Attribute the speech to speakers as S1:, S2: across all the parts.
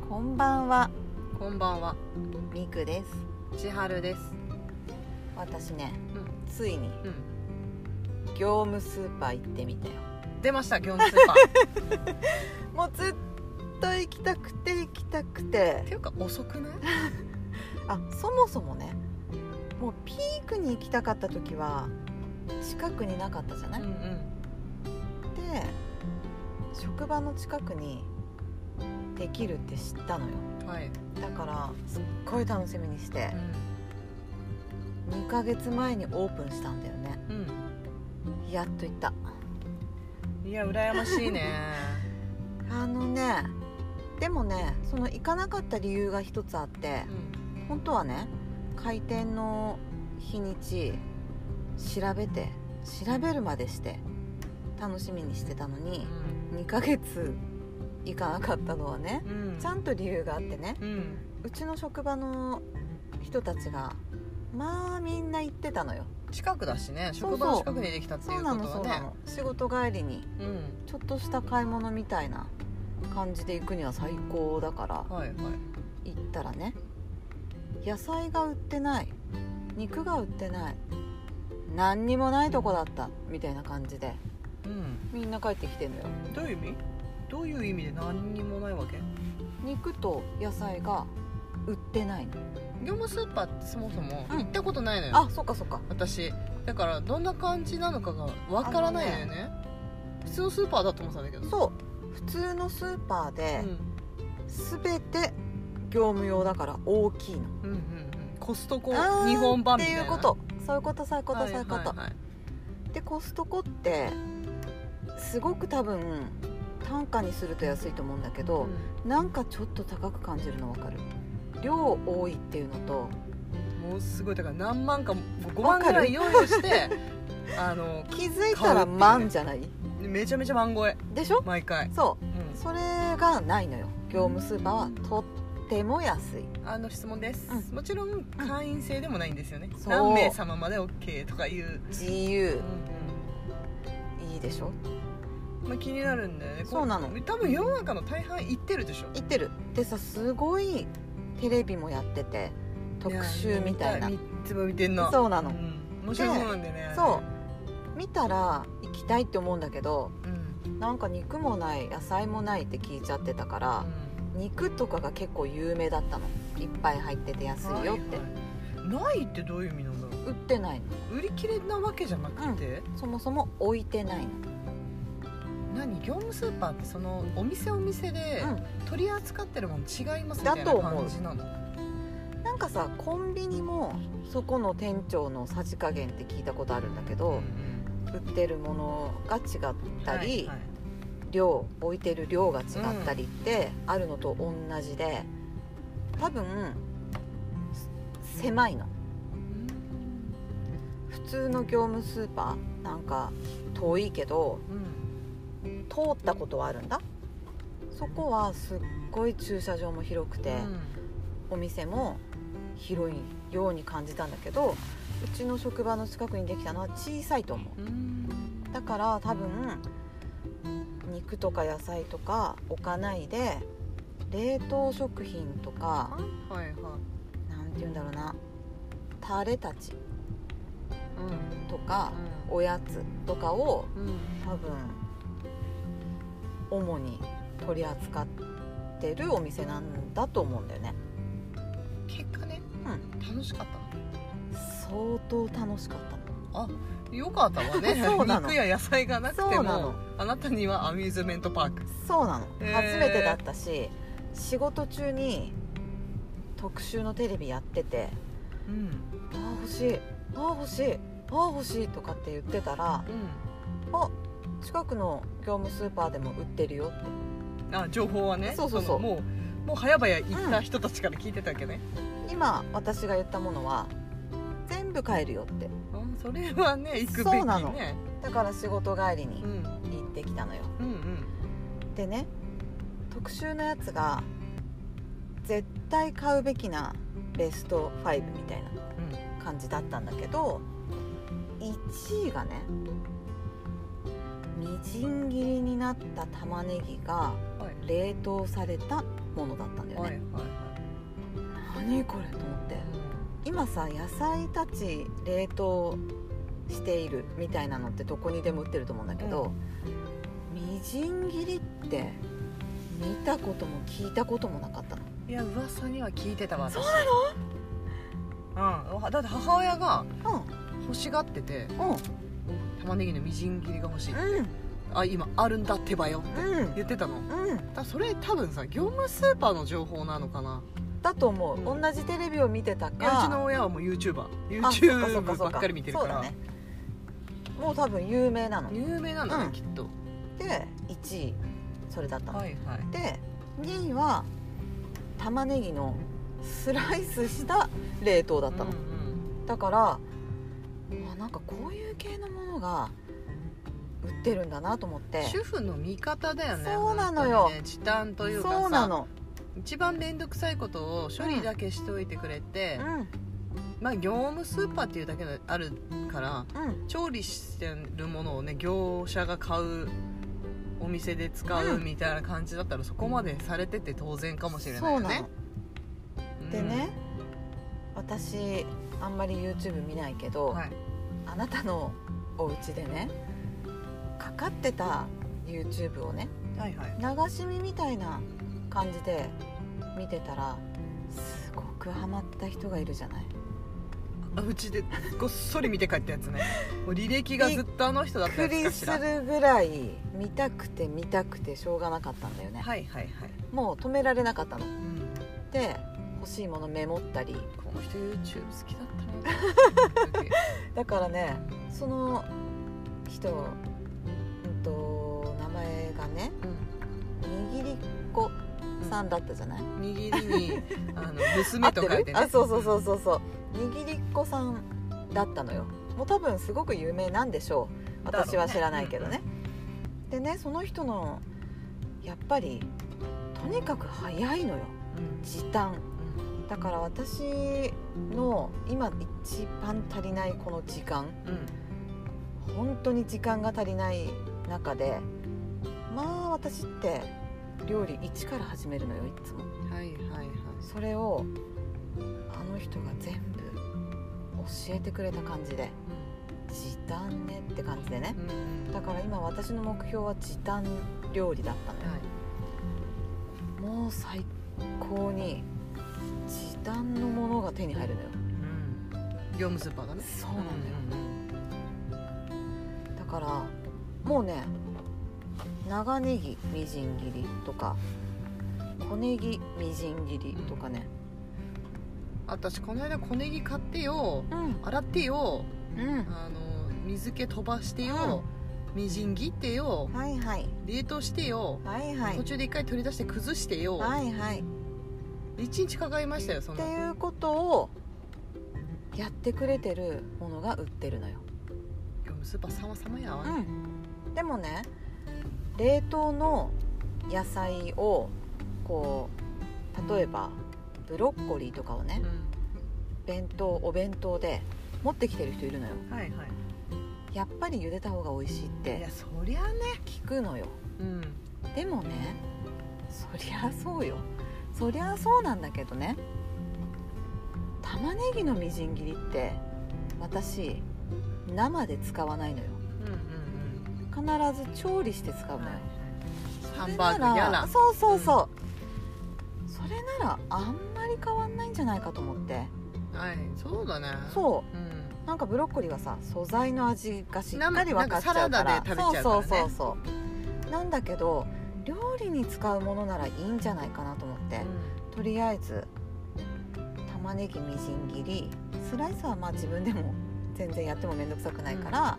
S1: んは
S2: こんばんは、
S1: みくです
S2: 千春です。
S1: 私ね
S2: う
S1: ついに
S2: ん、
S1: 業務スーパー行ってみたよ
S2: うん、出ました、業務ス ーパー。
S1: もうずっと行きたくて行きたくて
S2: っていうか、遅くない。
S1: あそもそもねもうピークに行きたかった時は近くになかったじゃない、
S2: うん、
S1: で
S2: うん、
S1: 職場の近くにできるって知ったのよ
S2: はい、
S1: だからすっごい楽しみにして
S2: う
S1: 2ヶ月前にオープンしたんだよね
S2: ん、
S1: やっと行った
S2: うん、いや、羨ましい ね。
S1: あのねでもねその行かなかった理由が一つあって
S2: うん、
S1: 本当はね開店の日にち調べて調べるまでして楽しみにしてたのに2ヶ月行かなかったのはね
S2: うん、うん、
S1: ちゃんと理由があってね
S2: うん、
S1: うちの職場の人たちがまあみんな行ってたのよ
S2: 近くだしね、
S1: そうそう
S2: 職場の近くにできたって
S1: そ
S2: いうう
S1: な
S2: こ
S1: の
S2: と
S1: そう
S2: は
S1: な
S2: ね。
S1: の仕事帰りに
S2: うん、
S1: ちょっとした買い物みたいな感じで行くには最高だから
S2: はい、はい、
S1: 行ったらね野菜が売ってない肉が売ってない何にもないとこだったみたいな感じで
S2: うん、
S1: みんな帰ってきてんのよ
S2: どういう意味。どういう意味で、何にもないわけ。
S1: 肉と野菜が売ってないの
S2: 業務スーパーって、そもそも、
S1: うん
S2: 行ったことないのよ。
S1: あそっかそっか
S2: 私、だから、どんな感じなのかが、わからないのよね。普通のスーパーだと思ってたんだけど。
S1: そう普通のスーパーで
S2: うん。
S1: 全て業務用だから大きいの
S2: うんうんうんコストコ
S1: あー
S2: 日本版
S1: っ
S2: み
S1: て
S2: たいな
S1: いうことそういうことそういうことそう
S2: はいいう
S1: こと、
S2: はいはい
S1: でコストコってすごく多分単価にすると安いと思うんだけど、なんかちょっと高く感じるの分かる量多いっていうのと
S2: うんもうすごいだから何万かも5
S1: わ
S2: 万
S1: か
S2: ぐ
S1: る
S2: らい用意して あの
S1: 気づいたら万じゃない
S2: めちゃめちゃ万超え
S1: でしょ
S2: 毎回、、
S1: そううんそれがないのよ業務スーパーはとっても安い
S2: あの質問です、
S1: う
S2: もちろん会員制でもないんですよね、
S1: そう
S2: 何名様まで OK とかいう、
S1: 自由
S2: うんう
S1: いいでしょ
S2: んまあ、気になるんだよねこ
S1: そうなの
S2: 多分世の中の大半行ってるでしょ
S1: 行ってるでさすごいテレビもやってて特集みたいな
S2: や見いつも見てんのう、
S1: そうなの
S2: ん、面白そうなんだよね
S1: そう見たら行きたいって思うんだけど
S2: うん、
S1: なんか肉もない野菜もないって聞いちゃってたから、肉とかが結構有名だったのいっぱい入ってて安いよって、
S2: はいはいないってどういう意味なんだろ
S1: 売ってないの
S2: う売り切れなわけじゃなくて、
S1: そもそも置いてないの、
S2: 何業務スーパーってそのお店お店で取り扱ってるもの違いますみたい
S1: だ
S2: な
S1: と思う
S2: 感じなの
S1: うん、なんかさコンビニもそこの店長のさじ加減って聞いたことあるんだけど、売ってるものが違ったり、
S2: はいはい
S1: 量置いてる量が違ったりってあるのと同じで多分す狭いの普通の業務スーパーなんか遠いけど
S2: うん
S1: 通ったことはあるんだそこはすっごい駐車場も広くて、お店も広いように感じたんだけどうちの職場の近くにできたのは小さいと思
S2: うんうん
S1: うだから多分肉とか野菜とか置かないで冷凍食品とか
S2: はいはいは
S1: 何て言うんだろうなタレたち
S2: いうん
S1: とかおやつとかを
S2: うんうん
S1: 多分主に取り扱ってるお店なんだと思うんだよね
S2: 結果ね楽しかったの
S1: 相当楽しかったの
S2: よかったわ ね
S1: そうなの
S2: 肉や野菜がなくて
S1: そうなの
S2: もあなたにはアミューズメントパーク
S1: そうなの、
S2: へー
S1: 初めてだったし仕事中に特集のテレビやってて
S2: うん
S1: 「ああ欲しいああ欲しいああ欲しい」とかって言ってたら「あ近くの業務スーパーでも売ってるよ」って
S2: あ情報はね
S1: そうそうそう
S2: のもうもう早々行った人たちから聞いてたわけね、
S1: 今私が言ったものは全部買えるよって
S2: あそれはね行くべきね
S1: そうなのだから仕事帰りに
S2: うん、
S1: 行ってきたのよ
S2: うんうん
S1: でね特集のやつが絶対買うべきなベスト5みたいな感じだったんだけど1位がねみじん切りになった玉ねぎが
S2: はい
S1: 冷凍されたものだったんだよ
S2: はいはい
S1: ね、
S2: はい
S1: 何これと思って今さ野菜たち冷凍しているみたいなのってどこにでも売ってると思うんだけど、みじん切りって見たことも聞いたこともなかったの
S2: いや噂には聞いてたわそうなのうんだって母親が欲しがってて
S1: うん
S2: 玉ねぎのみじん切りが欲しい
S1: うん
S2: あ今あるんだってばよって
S1: うん
S2: 言ってたの
S1: うんうん
S2: だそれ多分さ業務スーパーの情報なのかな
S1: だと思う、
S2: うん
S1: 同じテレビを見てた
S2: いや
S1: か
S2: うちの親はもう YouTuberYouTube
S1: あそっかそっかそ
S2: ば
S1: っ
S2: っかり見てるか
S1: そう
S2: ら
S1: だねもう多分有名なので
S2: 有名なんだね、
S1: うん
S2: きっと
S1: 1位それだったの、
S2: いはい
S1: で2位は玉ねぎのスライスした冷凍だ
S2: だ
S1: ったの、だからあなんかこういう系のものが売ってるんだなと思って
S2: 主婦の味方だよね
S1: そうなのよ
S2: 本当にね時短というかさ
S1: そうなの
S2: 一番面倒くさいことを処理だけしておいてくれ
S1: う
S2: て、
S1: ん
S2: まあ業務スーパーっていうだけであるから
S1: うん
S2: 調理してるものをね業者が買うお店で使うみたいな感じだったらそこまでされてて当然かもしれない
S1: そ
S2: よ
S1: うな
S2: ね
S1: の。でね、私あんまり YouTube 見ないけ
S2: う
S1: ど、
S2: んはい、
S1: あなたのお家でねかかってた YouTube をね
S2: はいはい
S1: 流し見みたいな感じで見てたらすごくハマった人がいるじゃないう
S2: ちでごっそり見て帰ったやつねもう履歴がずっとあの人だった
S1: ク
S2: やつ
S1: リ
S2: か
S1: す
S2: しらはい
S1: るぐらい見たくて見たくてしょうがなかったんだよね
S2: はいはい、
S1: もう止められなかったの
S2: うん、
S1: で欲しいものメモったり
S2: この人 YouTube 好きだったな
S1: だからねその人うんと名前がね握りっ子さんだったじゃない、
S2: うん、握りにあの
S1: 合
S2: 娘
S1: っ
S2: と
S1: て
S2: 書
S1: る
S2: いてね
S1: あそうそうそうそうそう握りっ子さんだったのよもう多分すごく有名なんでしょう
S2: だろうね
S1: 私は知らないけどねでねその人のやっぱりとにかく早いのよ
S2: うん
S1: 時短だから私の今一番足りないこの時間
S2: うん
S1: 本当に時間が足りない中でまあ私って料理一から始めるのよいつも
S2: うんはいはいはい
S1: それをあの人が全部教えてくれた感じで時短ねって感じでね
S2: うんうん
S1: だから今私の目標は時短料理だったのよ
S2: はい
S1: もう最高に時短のものが手に入るのよ
S2: うん業務スーパーがね
S1: そうなのよ
S2: うん
S1: だからもうね長ネギみじん切りとか小ネギみじん切りとかね
S2: 私この間小ネギ買ってよ
S1: うん
S2: 洗ってよ
S1: うん
S2: あの水気飛ばしてよ、みじん切ってよ
S1: はいはい
S2: 冷凍してよ、
S1: はいはい
S2: 途中で一回取り出して崩してよ、
S1: はいはい
S2: 一日かかりましたよそ
S1: っ
S2: の
S1: ていうことをやってくれてるものが売ってるのよ、
S2: 業務スーパー様様やわ、
S1: ん、でもね冷凍の野菜をこう例えばブロッコリーとかをね
S2: う
S1: 弁当お弁当で持ってきてる人いるのよ
S2: ん、はいはい
S1: やっぱり茹でた方が美味しいっ
S2: い
S1: て
S2: やそりゃね
S1: 聞くのよ
S2: うん
S1: でもねそりゃそうよそりゃそうなんだけどね玉ねぎのみじん切りって私生で使わないのよ
S2: うんうん
S1: 必ず調理して使う
S2: うん
S1: のよ
S2: ハンバーグやら
S1: そうそうそう、それならあんまり変わんないんじゃないかと思って
S2: はいそうだねう、
S1: そ
S2: ん、
S1: うなんかブロッコリーはさ素材の味がしっかり
S2: 生
S1: 分かっちゃうから
S2: なんかサラダで食べちゃうからね
S1: そうそうそうそうなんだけど料理に使うものならいいんじゃないかなと思って、とりあえず玉ねぎみじん切りスライスはまあ自分でも 全然やっても面倒くさくないから、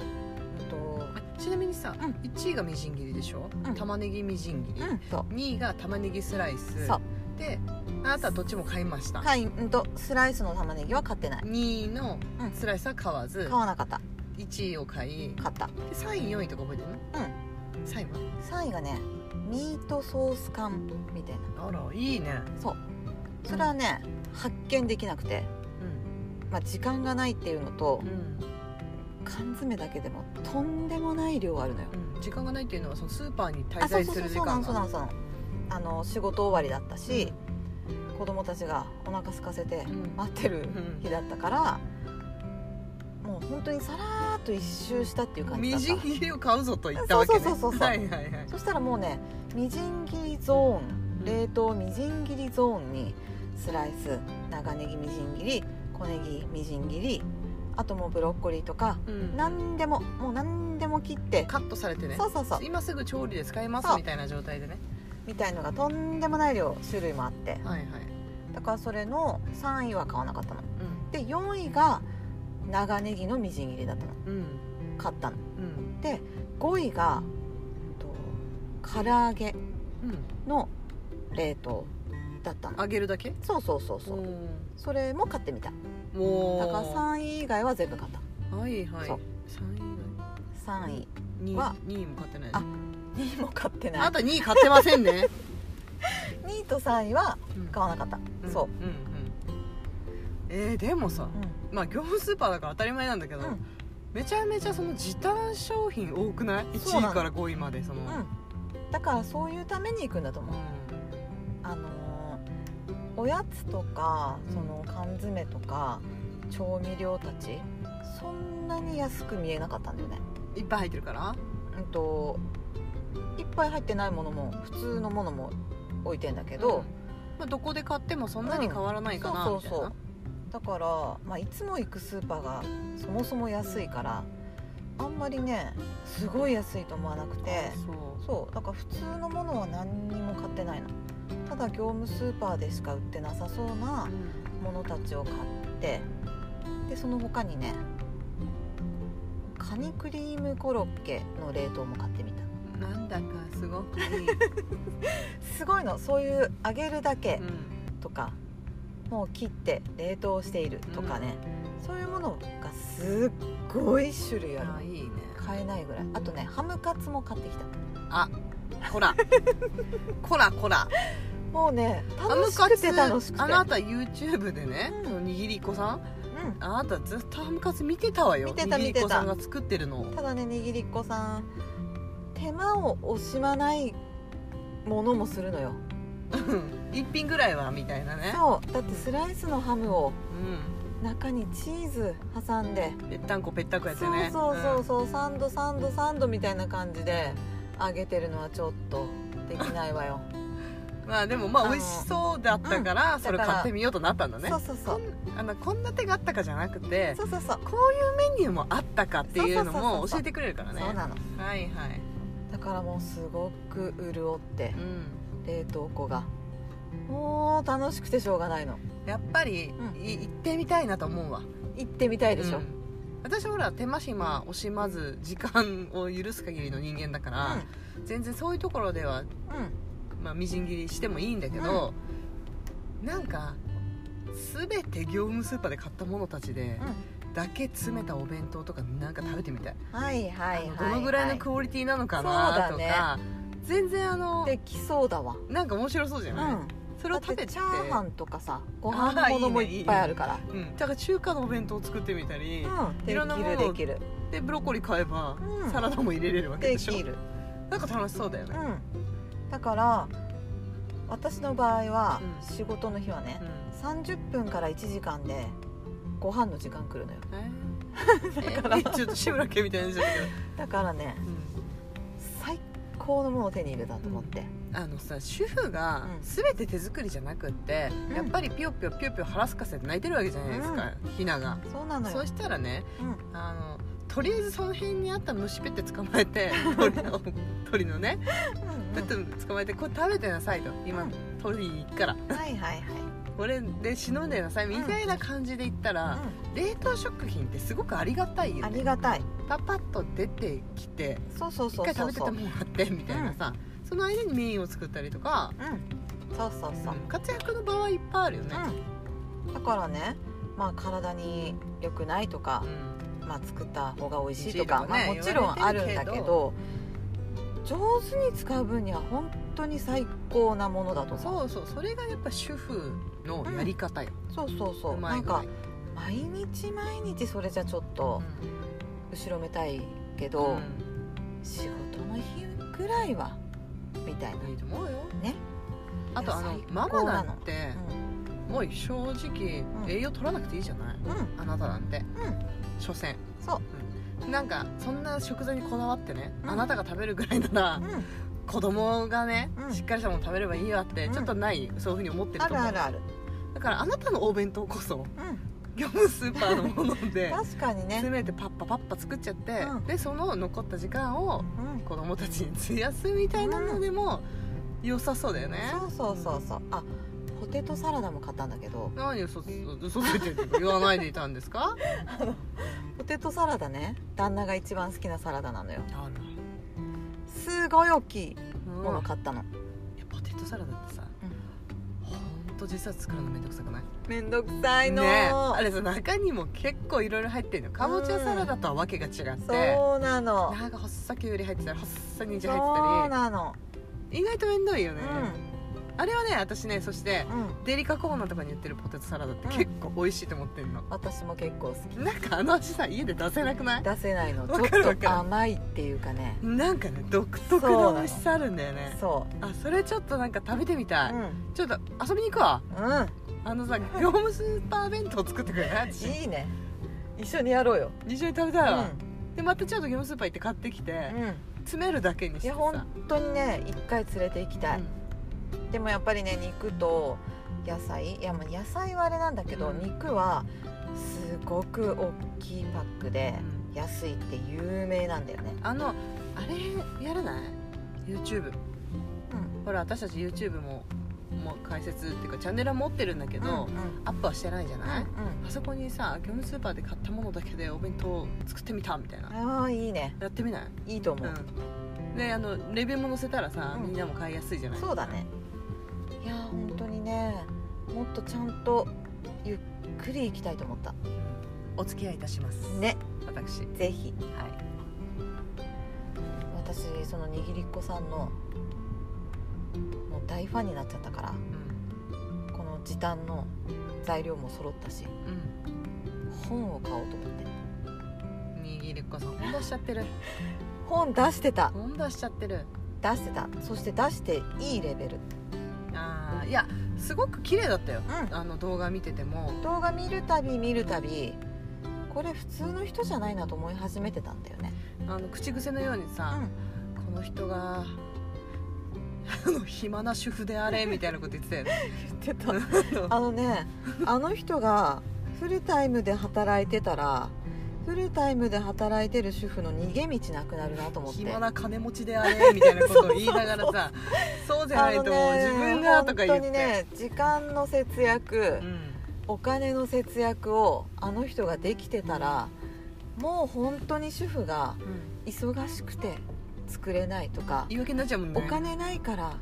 S1: うんと
S2: あちなみにさ、
S1: うん
S2: 1位がみじん切りでしょ、
S1: うん
S2: 玉ねぎみじん切り、
S1: うんと
S2: 2位が玉ねぎスライス
S1: そう
S2: であなたはどっちも買いました、
S1: はいうんとスライスの玉ねぎは買ってない
S2: 2位のスライスは買わず
S1: 買、わなかった
S2: 1位を買い
S1: 買った
S2: で3位4位とか覚えてるの3位
S1: 3位がねミートソース缶みたいな
S2: はあらいいね
S1: そうそれはね発見できなくて、
S2: うん
S1: まあ、時間がないっていうのと
S2: うん、
S1: 缶詰だけでもとんでもない量あるのよ
S2: うん、時間がないっていうのはそのスーパーに
S1: あ
S2: 滞
S1: そう
S2: 在
S1: そうそ
S2: す
S1: う
S2: る時
S1: そうな
S2: 間
S1: のそうな
S2: が
S1: のそうなのあの仕事終わりだったし、子供たちがお腹空かせて
S2: うん
S1: 待ってる
S2: うん
S1: 日だったから、もう本当にさらーっと一周したっていう感じ
S2: み
S1: だっ
S2: じ
S1: た
S2: ん切りを買うぞと言ったわけね
S1: そうそうそうそうそう
S2: はいはいはい
S1: そしたらもうねみじん切りゾーン
S2: うん
S1: 冷凍みじん切りゾーンにスライス長ネギみじん切り小ネギみじん切りあともうブロッコリーとか
S2: うん
S1: 何でももう何でも切って
S2: カットされてね
S1: そうそうそう
S2: 今すぐ調理で使えます
S1: そう
S2: みたいな状態でね
S1: みたいのがとんでもない量種類もあって
S2: はいはい、
S1: だからそれの3位は買わなかったの
S2: う
S1: で4位が長ネギのみじん切りだったの
S2: ん、うん
S1: 買ったの5位がうんと唐揚げ
S2: うんうん
S1: の冷凍だったの
S2: 揚げるだけ
S1: そうそうそうそう、それも買ってみた
S2: もう
S1: だから3位以外は全部買った
S2: はいはい
S1: そう
S2: 三位
S1: 3位
S2: 以
S1: は
S2: 外2位も買ってない
S1: あ2位も買ってな
S2: あ
S1: い
S2: と2位買ってません ね
S1: 2位と3位は
S2: うん
S1: 買わなかった、そう、
S2: んうんうんえーでもさまあ業務スーパーだから当たり前なんだけど、
S1: うん
S2: めちゃめちゃその時短商品多くない
S1: そうなの
S2: 1位から5位までその、
S1: うん、うん、だからそういうために行くんだと思うあのーおやつとかその缶詰とか調味料たちそんなに安く見えなかったんだよね
S2: いっぱい入ってるから
S1: うんといっぱい入ってないものも普通のものも置いてんだけ
S2: け
S1: ど、
S2: まあ、どこで買ってもそんなに変わらないかな、
S1: そう
S2: み
S1: そう
S2: たい
S1: そう
S2: な
S1: だから、まあ、いつも行くスーパーがそもそも安いからあんまりねすごい安いと思わなくて
S2: そう
S1: そうだから普通のものは何にも買ってないのただ業務スーパーでしか売ってなさそうなものたちを買ってでその他にねカニクリームコロッケの冷凍も買ってみた
S2: うんなんだかすごくい い、
S1: すごいのそういう揚げるだけ
S2: うん
S1: とかもう切って冷凍しているとかね、そういうものがすっごい種類ある
S2: あいいね
S1: 買えないぐらいあとねハムカツも買ってきた
S2: あこ らこらこら
S1: もうね
S2: あの
S1: 楽し
S2: カ
S1: く
S2: ツ
S1: て楽しくて
S2: あなた YouTube でね、
S1: うん
S2: その握りっ子さん
S1: う
S2: あなたずっとハムカツ見てたわよ
S1: 見てた
S2: 握り
S1: 見
S2: って
S1: た
S2: 子さんが作ってるの を
S1: ん、ただね握りっこさん手間を惜しまないものもするのよ
S2: 一品ぐらいはみたいなね
S1: そうだってスライスのハムを
S2: う
S1: 中にチーズ挟んで、
S2: んぺったんこぺったんこやって
S1: そう
S2: ね
S1: そうそうそう、サンドサンドサンドみたいな感じで揚げてるのはちょっとできないわよ、
S2: うんまあでもま
S1: あ
S2: あ
S1: の
S2: 美味しそうだったから それ買ってみようとなったんだね
S1: そうそうそう
S2: こんあのこんな手があったかじゃなくて
S1: そうそうそう
S2: こういうメニューもあったかってい
S1: そうそ
S2: うの
S1: うそうそ
S2: も
S1: う
S2: 教えてくれるからね
S1: そうなの
S2: はいはい
S1: だからもうすごく潤って
S2: うん
S1: 冷凍庫がもう楽しくてしょうがないの
S2: やっぱり
S1: うん
S2: い行ってみたいなと思うわ
S1: 行ってみたいでしょ、
S2: う
S1: うん
S2: ん私ほら手間暇惜しまず時間を許す限りの人間だから全然そういうところでは
S1: う
S2: まあ、みじん切りしてもいいんだけど、なんか全て業務スーパーで買ったものたちで、だけ詰めたお弁当とかなんか食べてみたい、
S1: ん、はいはいはい、
S2: あ
S1: は
S2: のどのぐらいのクオリティなのかな
S1: そ
S2: と
S1: うだ
S2: か、全然あの
S1: できそうだわ
S2: なんか面白そうじゃ
S1: うん
S2: ない、それを
S1: だっ
S2: 食
S1: て
S2: べて
S1: チャーハンとかさご飯のものも
S2: あーいいね
S1: いっぱいあるから
S2: うん、だから中華のお弁当を作ってみたり、
S1: うんで
S2: いろんなもの
S1: きるできる
S2: でブロッコリー買えば、
S1: うん
S2: サラダも入れれるわけ
S1: で
S2: でしょ
S1: きる
S2: なんか楽しそうだよ
S1: う
S2: ね、
S1: んだから私の場合は
S2: う
S1: 仕事の日はね
S2: うん
S1: 30分から1時間でご飯の時間来るのよ
S2: え
S1: だから
S2: えちょっと志村けんみたいな感じだけど、
S1: だからね最高のものを手に入れたと思って、
S2: あのさ主婦が
S1: うん
S2: 全て手作りじゃなくって、
S1: うん
S2: やっぱりピヨピヨピヨピヨ腹すかせて泣いてるわけじゃないですか、ひなが、
S1: そうなのよ
S2: そうしたらね
S1: うん
S2: あのとりあえずその辺にあった虫ペッて捕ま えて鳥の鳥のねペ
S1: うん
S2: ッて捕まえてこれ食べてなさいと今、
S1: うん
S2: 鳥に行くから
S1: うんはいはいはい、
S2: これでしのんでなさいみたいな感じで言ったら、冷凍食品ってすごくありがたい
S1: うん、あ
S2: よ
S1: り
S2: ね
S1: がたい
S2: パパッと出てきて
S1: そうそう
S2: 一
S1: そう
S2: 回
S1: そ
S2: 食
S1: う
S2: べてて
S1: そう
S2: もらってみたいなさ、その間にメインを作ったりとか
S1: うんそうそうそう、
S2: 活躍の場はいっぱいあるよね、
S1: うん、だからねまあ体に良くないとか、まあ、作った方が美味しいとか
S2: 美味しいと
S1: まあ、も
S2: かね
S1: ちろんあるんだけど
S2: 言わ
S1: 上手に使う分には本当に最高なものだと思う
S2: そうそうそれがやっぱ主婦のやり方よ、
S1: そうそうそうう
S2: ま
S1: ないん
S2: 具合
S1: か毎日毎日それじゃちょっと後ろめたいけ
S2: う
S1: ど、
S2: ん
S1: 仕事の日ぐらいはみたいない
S2: いと思うよ
S1: ね
S2: あとあの
S1: いや最
S2: マ
S1: 高
S2: マな
S1: なんの
S2: てもう正直
S1: ん
S2: 栄養取らなくていいじゃない
S1: うん、うん、
S2: あなたなんて
S1: うん
S2: 所詮
S1: そう、
S2: なんかそんな食材にこだわってね
S1: うん
S2: あなたが食べるぐらいなら
S1: うん、
S2: 子供がね
S1: うん
S2: しっかりしたもの食べればいいわって
S1: うん
S2: ちょっとないそういうふうに思ってる
S1: あ
S2: と
S1: る
S2: 思
S1: あ
S2: う
S1: るある、
S2: だからあなたのお弁当こそ
S1: うん、
S2: 業務スーパーのもので
S1: 確かにね
S2: 詰めてパッパパッパ作っちゃって
S1: うん
S2: でその残った時間を
S1: うん
S2: 子供たちに費やすみたいなのでも良さそうだよね
S1: そうそうそうそうあポテトサラダも買ったんだけど
S2: 何嘘つ嘘ついてるとか言わないでいたんですか
S1: ポテトサラダね旦那が一番好きなサラダなのよ
S2: あ
S1: すごい大きい
S2: ら
S1: もの
S2: い
S1: 買ったの
S2: やポテトサラダってさほんと実は作るのめんどくさくない
S1: めんどくさいの、
S2: ねえあれさ中にも結構いろいろ入ってんのかぼちゃサラダとはわけが違って
S1: そうなの
S2: なんか細さきゅうり入ってたり細さにんじゃ入っ
S1: そう
S2: て
S1: な
S2: た
S1: の
S2: り意外とめんどいよ
S1: う
S2: ね、
S1: ん
S2: あれはね私ねそして
S1: うん
S2: デリカコーナーとかに売ってるポテトサラダって結構美味しいと思ってんの、
S1: 私も結構好き
S2: なんかあの味さ家で出せなくない
S1: 出せないのち
S2: わか
S1: ょ
S2: るわ
S1: っ
S2: か
S1: と
S2: る
S1: 甘いっていうかね
S2: なんかね独特の美味しさあるんだよね
S1: そ
S2: あそれちょっとなんか食べてみた
S1: う
S2: い、
S1: うん
S2: ちょっと遊びに行くわ
S1: う
S2: あのさ業務スーパー弁当作ってくれない
S1: んいいね一緒にやろうよ
S2: 一緒に食べたいわ、でまたちょっと業務スーパー行って買ってきて、
S1: うん、うん、
S2: 詰めるだけにし
S1: い
S2: て
S1: や
S2: さ
S1: 本当にね一回連れて行きたい、でもやっぱりね肉と野菜いやまあ野菜はあれなんだけど、
S2: うん
S1: 肉はすごく大きいパックで
S2: うんうん
S1: 安いって有名なんだよね
S2: あのあれやらない YouTube、
S1: う
S2: ほら私たち YouTube ももう解説っていうかチャンネルは持ってるんだけど、
S1: うんうん
S2: アップはしてないじゃない、
S1: う
S2: あそこにさ業務スーパーで買ったものだけでお弁当作ってみたみたいな、
S1: んうんああいいね
S2: やってみない、
S1: いいと思う、
S2: うん、であのレビューも載せたらさ、
S1: うん
S2: みんなも買いやすいじゃない
S1: そうだねいやー本当にねもっとちゃんとゆっくり行きたいと思った
S2: お付き合いいたします
S1: ね
S2: 私はい
S1: ぜひ私その握りっ子さんのもう大ファンになっちゃったから
S2: うん
S1: この時短の材料も揃ったし本を買おうと思って
S2: うん握りっこさん本出しちゃってる
S1: 本出してた
S2: 本出しちゃってる
S1: 出してたそして出していいレベル
S2: あーいやすごく綺麗だったよ
S1: う
S2: あの動画見てても
S1: ん動画見るたび見るたびこれ普通の人じゃないなと思い始めてたんだよね
S2: あの口癖のように
S1: う
S2: さ、
S1: ん
S2: この人が あの暇な主婦であれみたいなこと言ってた よね
S1: 言ってたあのねあの人がフルタイムで働いてたらフルタイムで働いてる主婦の逃げ道なくなるなと思って
S2: 暇な金持ちであれみたいなことを言いなが らさそうじゃないと思う、自分がとか言
S1: 本
S2: っ
S1: 当
S2: て、
S1: にね時間の節約、
S2: うん
S1: お金の節約をあの人ができてたらもう本当に主婦が忙しくて作れないとか
S2: 言い訳になっちゃうもんね
S1: お金ないから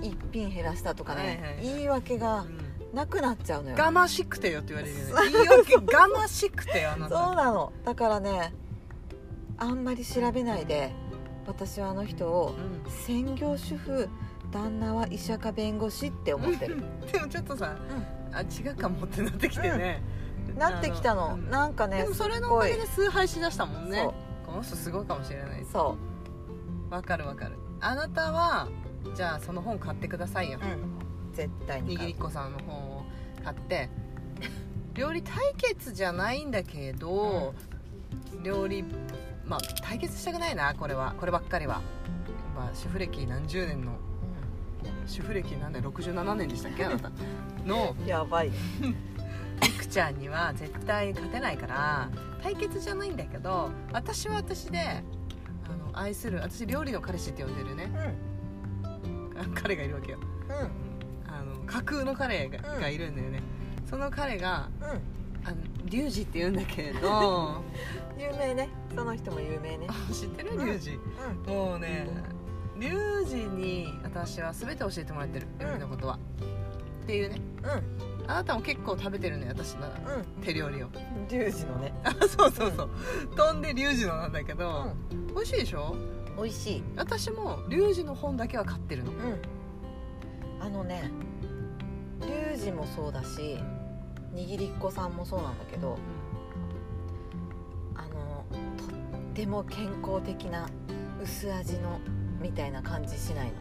S1: 一品減らしたとか
S2: はい
S1: ね
S2: はい
S1: 言い訳が
S2: うん
S1: なくなっちゃうのよ
S2: がましくてよって言われるよね言い訳がましくてよあな
S1: そう
S2: た
S1: なのだからねあんまり調べないで私はあの人を
S2: うん
S1: 専業主婦旦那は医者か弁護士って思ってる
S2: でもちょっとさ、あ違うかもってなってきてね、
S1: なってきたの
S2: うん
S1: なんかね
S2: でもそれ
S1: す
S2: のお
S1: ご
S2: か
S1: い
S2: げで崇拝しだしたもんね
S1: そ
S2: この人すごいかもしれないう
S1: そ
S2: わかるわかるあなたはじゃあその本買ってくださいよ
S1: う、うん、絶対に
S2: 握
S1: 買
S2: りっ
S1: う
S2: こさんの本を買って料理対決じゃないんだけど、料理まあ対決したくないなこれはこればっかりは、まあ、主婦歴何十年の
S1: うん
S2: 主婦歴何年67年でしたっけあなたの
S1: やばいね
S2: ピクちゃんには絶対勝てないから対決じゃないんだけど私は私であの愛する私料理の彼氏って呼んでるね
S1: うん
S2: あ彼がいるわけよ
S1: う
S2: あの架空の彼が,、
S1: うん
S2: がいるんだよねその彼が
S1: んうん
S2: あのリュウジって言うんだけれ ど
S1: 有名ねその人も有名ね
S2: 知ってるリュウジもうねリュウジに私は全て教えてもらってる料理のことは、っていうね
S1: うんうん
S2: あなたも結構食べてるのよ私の手料理を
S1: う んリュウジのね
S2: そうそうそう、飛んでリュウジのなんだけど、美味しいでしょ
S1: 美味しい
S2: 私もリュウジの本だけは買ってるの
S1: うんあのねリュウジもそうだし握りっこさんもそうなんだけどあのとっても健康的な薄味のみたいな感じしない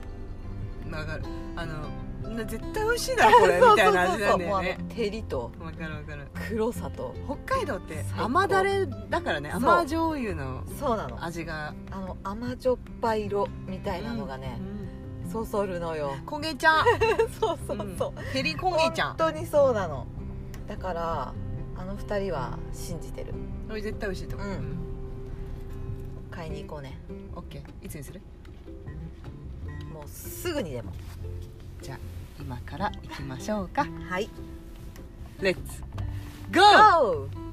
S1: の
S2: わかるあのな絶対美味しいだろ これみたいな味なんだ
S1: もうあ
S2: よ
S1: の
S2: ね
S1: 照りと
S2: わかるわかる
S1: 黒さと
S2: 北海道って
S1: 最高
S2: 甘だれだからね
S1: そう
S2: 甘醤油の
S1: そうなのあ
S2: 味が
S1: の甘じょっぱい色みたいなのがね、そそるの よ
S2: 焦げちゃん
S1: そうそうそう、
S2: ペリ焦げちゃん
S1: 本当にそうなのだからあの二人は信じてる
S2: これ絶対美味しいと思う
S1: うん
S2: うん
S1: 買いに行こうね
S2: オッケーいつにする
S1: もうすぐにでも
S2: 今から行きましょうか
S1: はい
S2: レッツゴー
S1: GO!